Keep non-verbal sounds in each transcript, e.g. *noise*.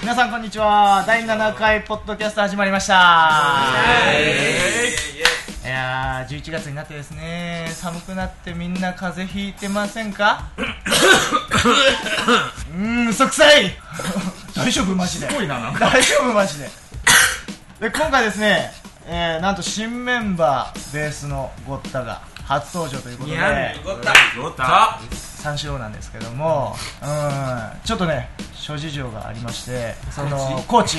皆さんこんにちは第7回ポッドキャスト始まりましたいやー11月になってですね寒くなってみんな風邪ひいてませんかうーん嘘くさい大丈夫マジでごいな、なんか。大丈夫マジでで今回ですね、えーなんと新メンバーベースのゴッタが初登場ということでごった。ごった。三四郎なんですけども、うん、ちょっとね諸事情がありましてそのコーチ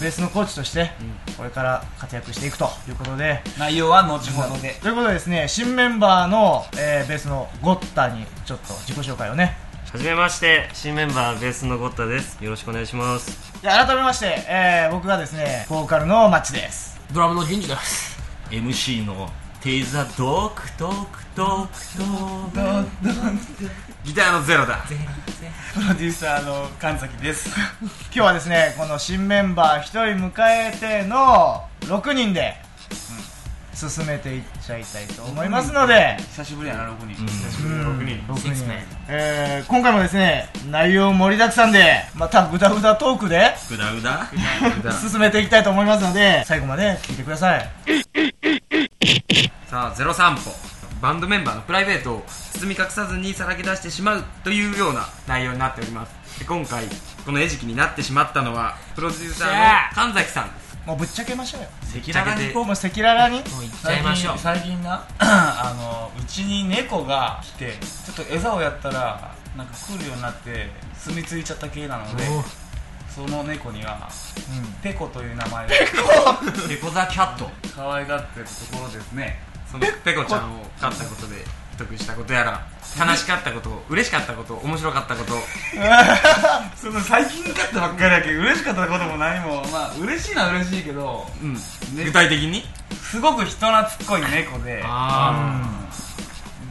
ベースのコーチとしてこれから活躍していくということで、内容は後ほどで。ということでですね新メンバーの、えーベースのゴッタにちょっと自己紹介をねはじめまして新メンバーベースのゴッタですよろしくお願いしますで改めまして、えー僕がですねボーカルのマッチですドラムの銀次です。 MC のテイザードクドクドクドクギターのゼロだプロデューサーの神崎です *laughs* 今日はですねこの新メンバー1人迎えての6人で、進めていっちゃいたいと思いますので、久しぶりやな、6人。うん6人えー今回もですね内容盛りだくさんでまたグダグダトークでグダグ *laughs* ダ進めていきたいと思いますので最後まで聞いてくださいさあ、ゼロ散歩。バンドメンバーのプライベートを包み隠さずにさらけ出してしまうというような内容になっております。で今回、この餌食になってしまったのは、プロデューサーの神崎さんです。もうぶっちゃけましょうよぶっちゃけてもう赤裸々にもう行っちゃいましょう。最近な、あの、うちに猫が来て、ちょっと餌をやったら、なんか来るようになって、住み着いちゃった系なので、その猫には、ペコという名前でペコザキャット。可愛がってるところですね。そのペコちゃんを飼ったことで、得したことやら、悲しかったこと、嬉しかったこと、面白かったこと、その最近飼ったばっかりやけど、嬉しかったことも何も、まあ、嬉しいのは嬉しいけど、うん。ね具体的にすごく人懐っこい猫で、あ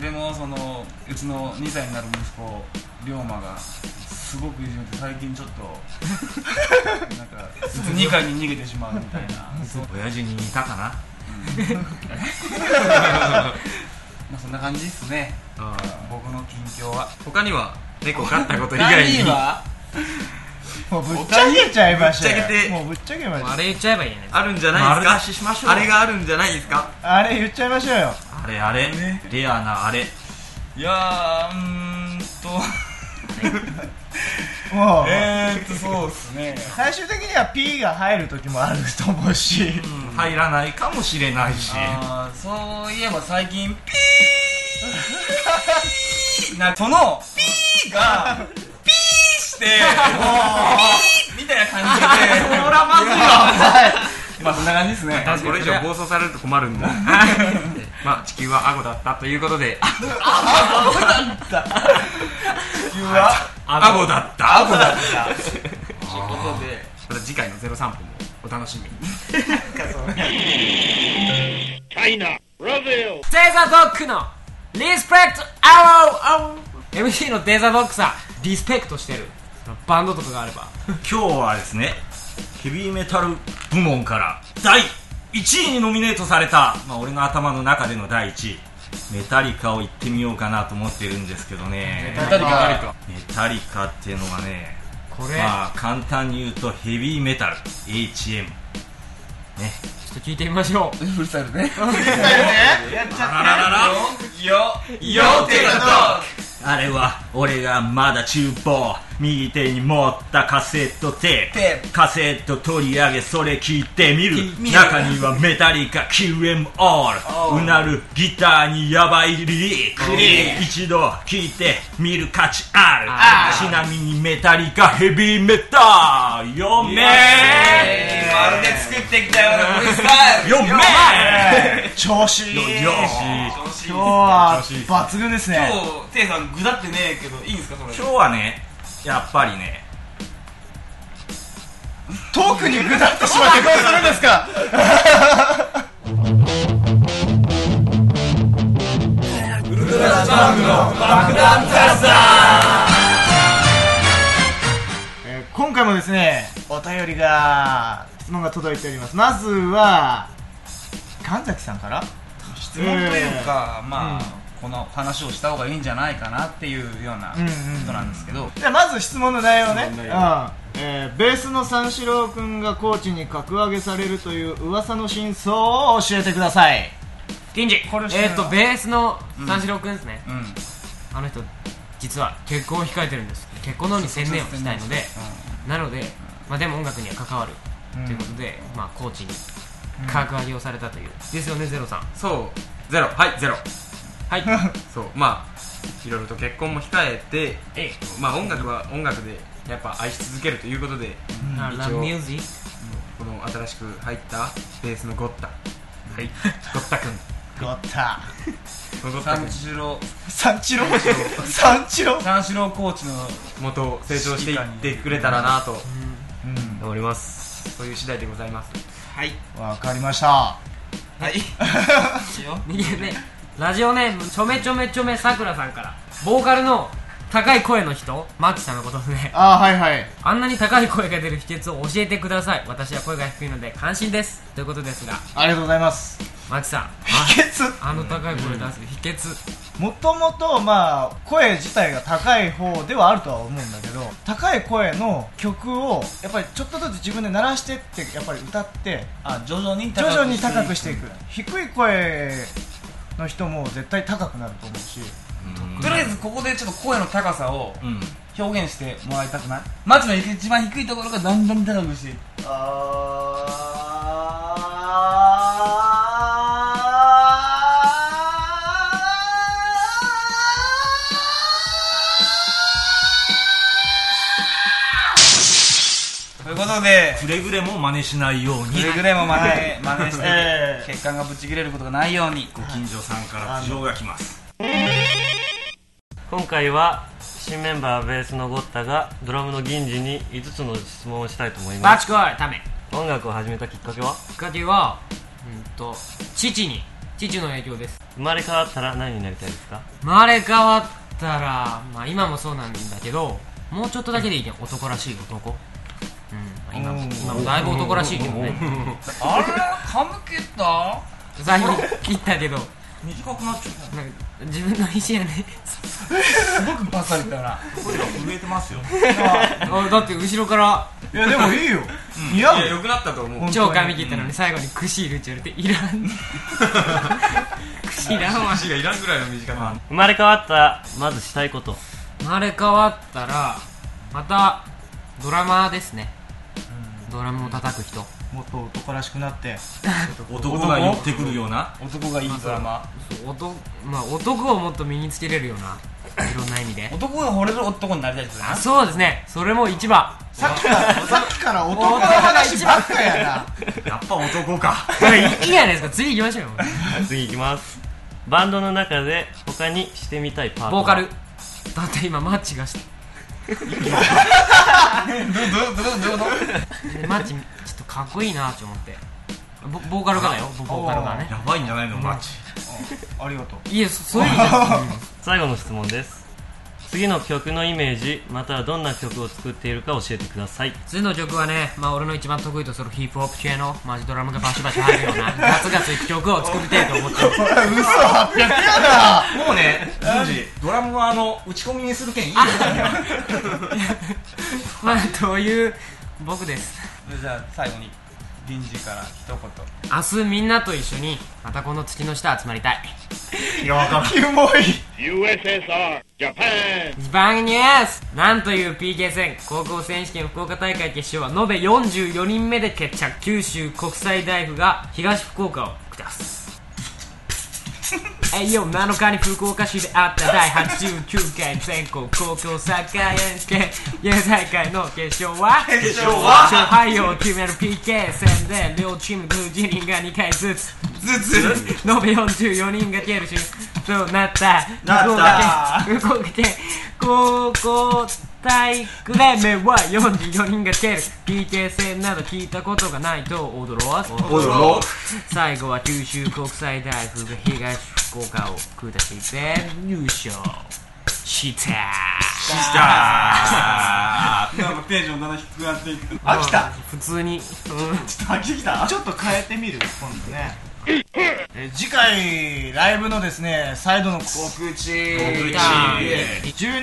でもそのうちの2歳になる息子龍馬がすごくいじめて最近ちょっと *laughs* なんか2階に逃げてしまうみたいなそう、親父に似たかなまあ、そんな感じですねあー。僕の近況は他には、猫飼ったこと以外に。はもうぶっちゃけちゃいましょうよぶっちゃけてもうぶっちゃけましょうあれ言っちゃえばいいねあるんじゃない丸出ですししましょうかあれがあるんじゃないですかあれ言っちゃいましょうよあれあれレアなあれいやーうーんともう、えーっとそうですね最終的には P が入る時もあると思うし、入らないかもしれないしあーそういえば最近ピーなそのピーがピーしてピーみたいな感じでそらまずいまあそんな感じですねこれ以上暴走されると困るんでまあ地球はアゴだったということで地球はアゴだったアゴだったということでまた次回の「ゼロ散歩」もお楽しみにデザドッグのリスペクトアロー MC のデザドッグさリスペクトしてるバンドとかがあれば今日はですねヘビーメタル部門から第1位にノミネートされた、まあ、俺の頭の中での第1位メタリカを行ってみようかなと思ってるんですけどねメ誰かタリカっていうのはねこれまあ簡単に言うとヘビーメタル HM ちょっと聞いてみましょうフルサイル *laughs* ねあらららよよっていうあれは俺がまだ厨房右手に持ったカセットテーテプカセット取り上げそれ聞いてみる中にはメタリカ QMR うなるギターにヤバいリリック一度聞いてみる価値あるちなみにメタリカヘビーメタルよめまるで作ってきたようなフルサイルよめ調子いいよ今日は抜群ですね今日テイさんグダってねえけどいいんですかそれ今日はねやっぱりねトークにぐだってしまってどうするんですかえー今回もですねお便りが質問が届いておりますまずは神崎さんから質問というか、まあ、この話をした方がいいんじゃないかなっていうようなうんうんことなんですけど、じゃあまず質問の内容ね質問の内うんえーベースの三四郎くんがコーチに格上げされるという噂の真相を教えてください銀次これを知らえなっ、いとベースの三四郎くんですね、うんあの人実は結婚を控えてるんです結婚の方に専念をしたいのでなので、まあ、でも音楽には関わるということで、まあ、コーチに格上げをされたという、ですよねゼロさんそうゼロはいゼロ *laughs* はいそうまあいろいろと結婚も控えてえまあ音楽は音楽でやっぱ愛し続けるということでラ一応ブミュージックこの新しく入ったベースのゴッタはいゴッタ君ゴッタこのゴッタ三君四郎三四郎三四郎三四郎コーチの元成長していってくれたらなとうん思いますそういう次第でございますわかりました右手ねラジオネームちょめちょめちょめさくらさんからボーカルの高い声の人マキさんのことですねあーはいはいあんなに高い声が出る秘訣を教えてください私は声が低いので関心ですということですがありがとうございますマキさん秘訣あの高い声出す秘訣もともとまあ声自体が高い方ではあるとは思うんだけど高い声の曲をやっぱりちょっとずつ自分で鳴らしてってやっぱり歌ってあ徐々に徐高く々に高くしていく低い声の人も絶対高くなると思うしとりあえずここでちょっと声の高さをうん表現してもらいたくないマジの一番低いところがだんだん高くしていくということでくれぐれも真似しないようくにれぐれも真似,、真似して、ええ血管がぶち切れることがないようにご近所さんから苦情が来ます今回は新メンバーベースのゴッタがドラムの銀次に5つの質問をしたいと思いまバすチコイため音楽を始めたきっかけはきっかけはうんと父に父の影響です生まれ変わったら何になりたいですか生まれ変わったら、まあ、今もそうなんだけどもうちょっとだけでいいね男らしい男うん、まあ今も今もだいぶ男らしいけどねあら髪切った財布切ったけど短くなっちゃっなんか自分の意思やね *laughs* たすごくバサリだな声が震えてますよおだって後ろからいやでもいいよ似合いうや良くなったと思う超髪切ったのに最後に串いるって言われてい *laughs* らん串いらんわ足がいらんぐらいの短さ生まれ変わったらまずしたいこと生まれ変わったらまたドラマーですねドラムを叩く人もっと男らしくなって男が寄ってくるような男がいいドラマそう男,、まあ、男をもっと身につけれるようないろんな意味で男が惚れる男になりたいですねあそうですねそれも一番さっきからさっきから男の話ばっかやなやっぱ男かこれいいいいじゃないですか次行きましょうよ次いきますバンドの中で他にしてみたいパートはボーカルだって今マッチがしてでマッチちょっとかっこいいなと思ってボボーカルがだよボボーカルがねやばいんじゃないのマッチありがとういやそそういう意味じゃん最後の質問です次の曲のイメージまたはどんな曲を作っているか教えてください次の曲はね、まあ、俺の一番得意とするヒップホップ系のマジドラムがバシバシ入るようなガツガツいく曲を作りたいと思ってるもうねドラムはあの打ち込みにするけんいいよまあという僕ですじゃあ最後に銀次から一言明日みんなと一緒にまたこの月の下集まりたいいやわかんないキモい USSR, Japan. 番ニュースなんという PK 戦高校選手権福岡大会決勝は延べ44人目で決着九州国際大学が東福岡を下す *laughs* えいよ7日に福岡市であった第89回全国高校サッカー選手権現大会の決勝は決勝は勝敗を決める PK 戦で両チーム10人が2回ずつ *laughs* 延べ44人が消えるしそうなった福岡県福岡県高校体育連盟は44人が消える PK 戦など聞いたことがないと驚わす最後は九州国際大学が東福岡を下して優勝したあなんかテンションだんだん低くなっていく飽きた普通に、うん飽きてきたちょっと変えてみる今度ねええー次回ライブのですね再度の告知告知12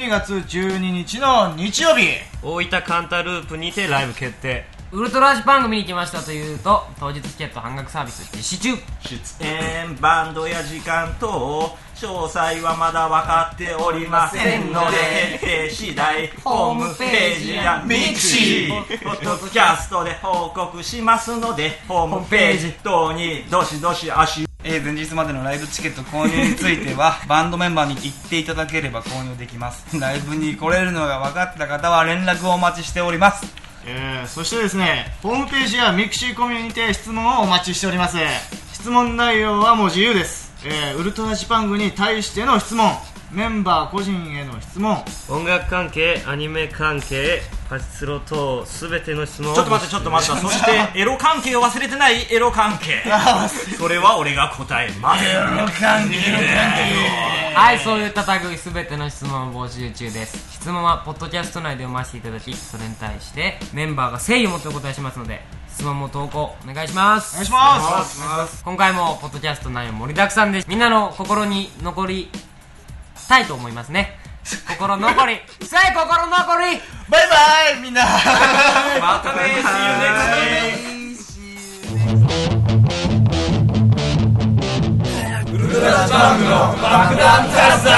月12日の日曜日大分カンタループにてライブ決定ウルトラジパン組に来ましたというと当日チケット半額サービス実施中出演バンドや時間等詳細はまだ分かっておりませんので決定次第ホームページやミクシーポッドキャストで報告しますのでホームページ等にどしどし足をえー前日までのライブチケット購入について *laughs* はバンドメンバーに行っていただければ購入できますライブに来れるのが分かった方は連絡をお待ちしておりますえーそしてですねホームページやミクシーコミュニティ質問をお待ちしております質問内容はもう自由です、えーウルトラジパングに対しての質問メンバー個人への質問音楽関係アニメ関係パチスロ等全ての質問をちょっと待ってちょっと待ってそしてエロ関係を忘れてないエロ関係 *laughs* それは俺が答えますはいそういった類すべての質問を募集中です質問はポッドキャスト内で読ませていただきそれに対してメンバーが誠意を持ってお答えしますので質問も投稿お願いしますお願いします今回もポッドキャスト内容盛りだくさんですみんなの心に残りたいと思いますね *laughs* 心残りさあ心残りバイバイみんな *laughs* またね See you next time 爆弾雑談